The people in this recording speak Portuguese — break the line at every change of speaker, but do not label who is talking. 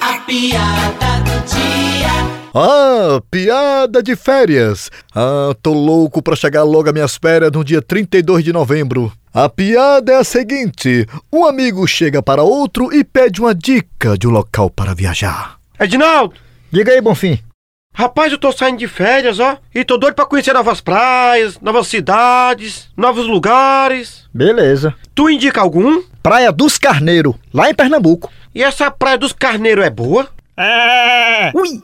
A piada do dia.
Ah, piada de férias. Ah, tô louco pra chegar logo às minhas férias no dia 32 de novembro. A piada é a seguinte: um amigo chega para outro e pede uma dica de um local para viajar.
Edinaldo,
Diga aí, Bonfim.
rapaz, eu tô saindo de férias, ó, e tô doido pra conhecer novas praias, novas cidades, novos lugares.
Beleza.
Tu indica algum?
Praia dos Carneiro, lá em Pernambuco.
E essa praia dos carneiros é boa?
Ui!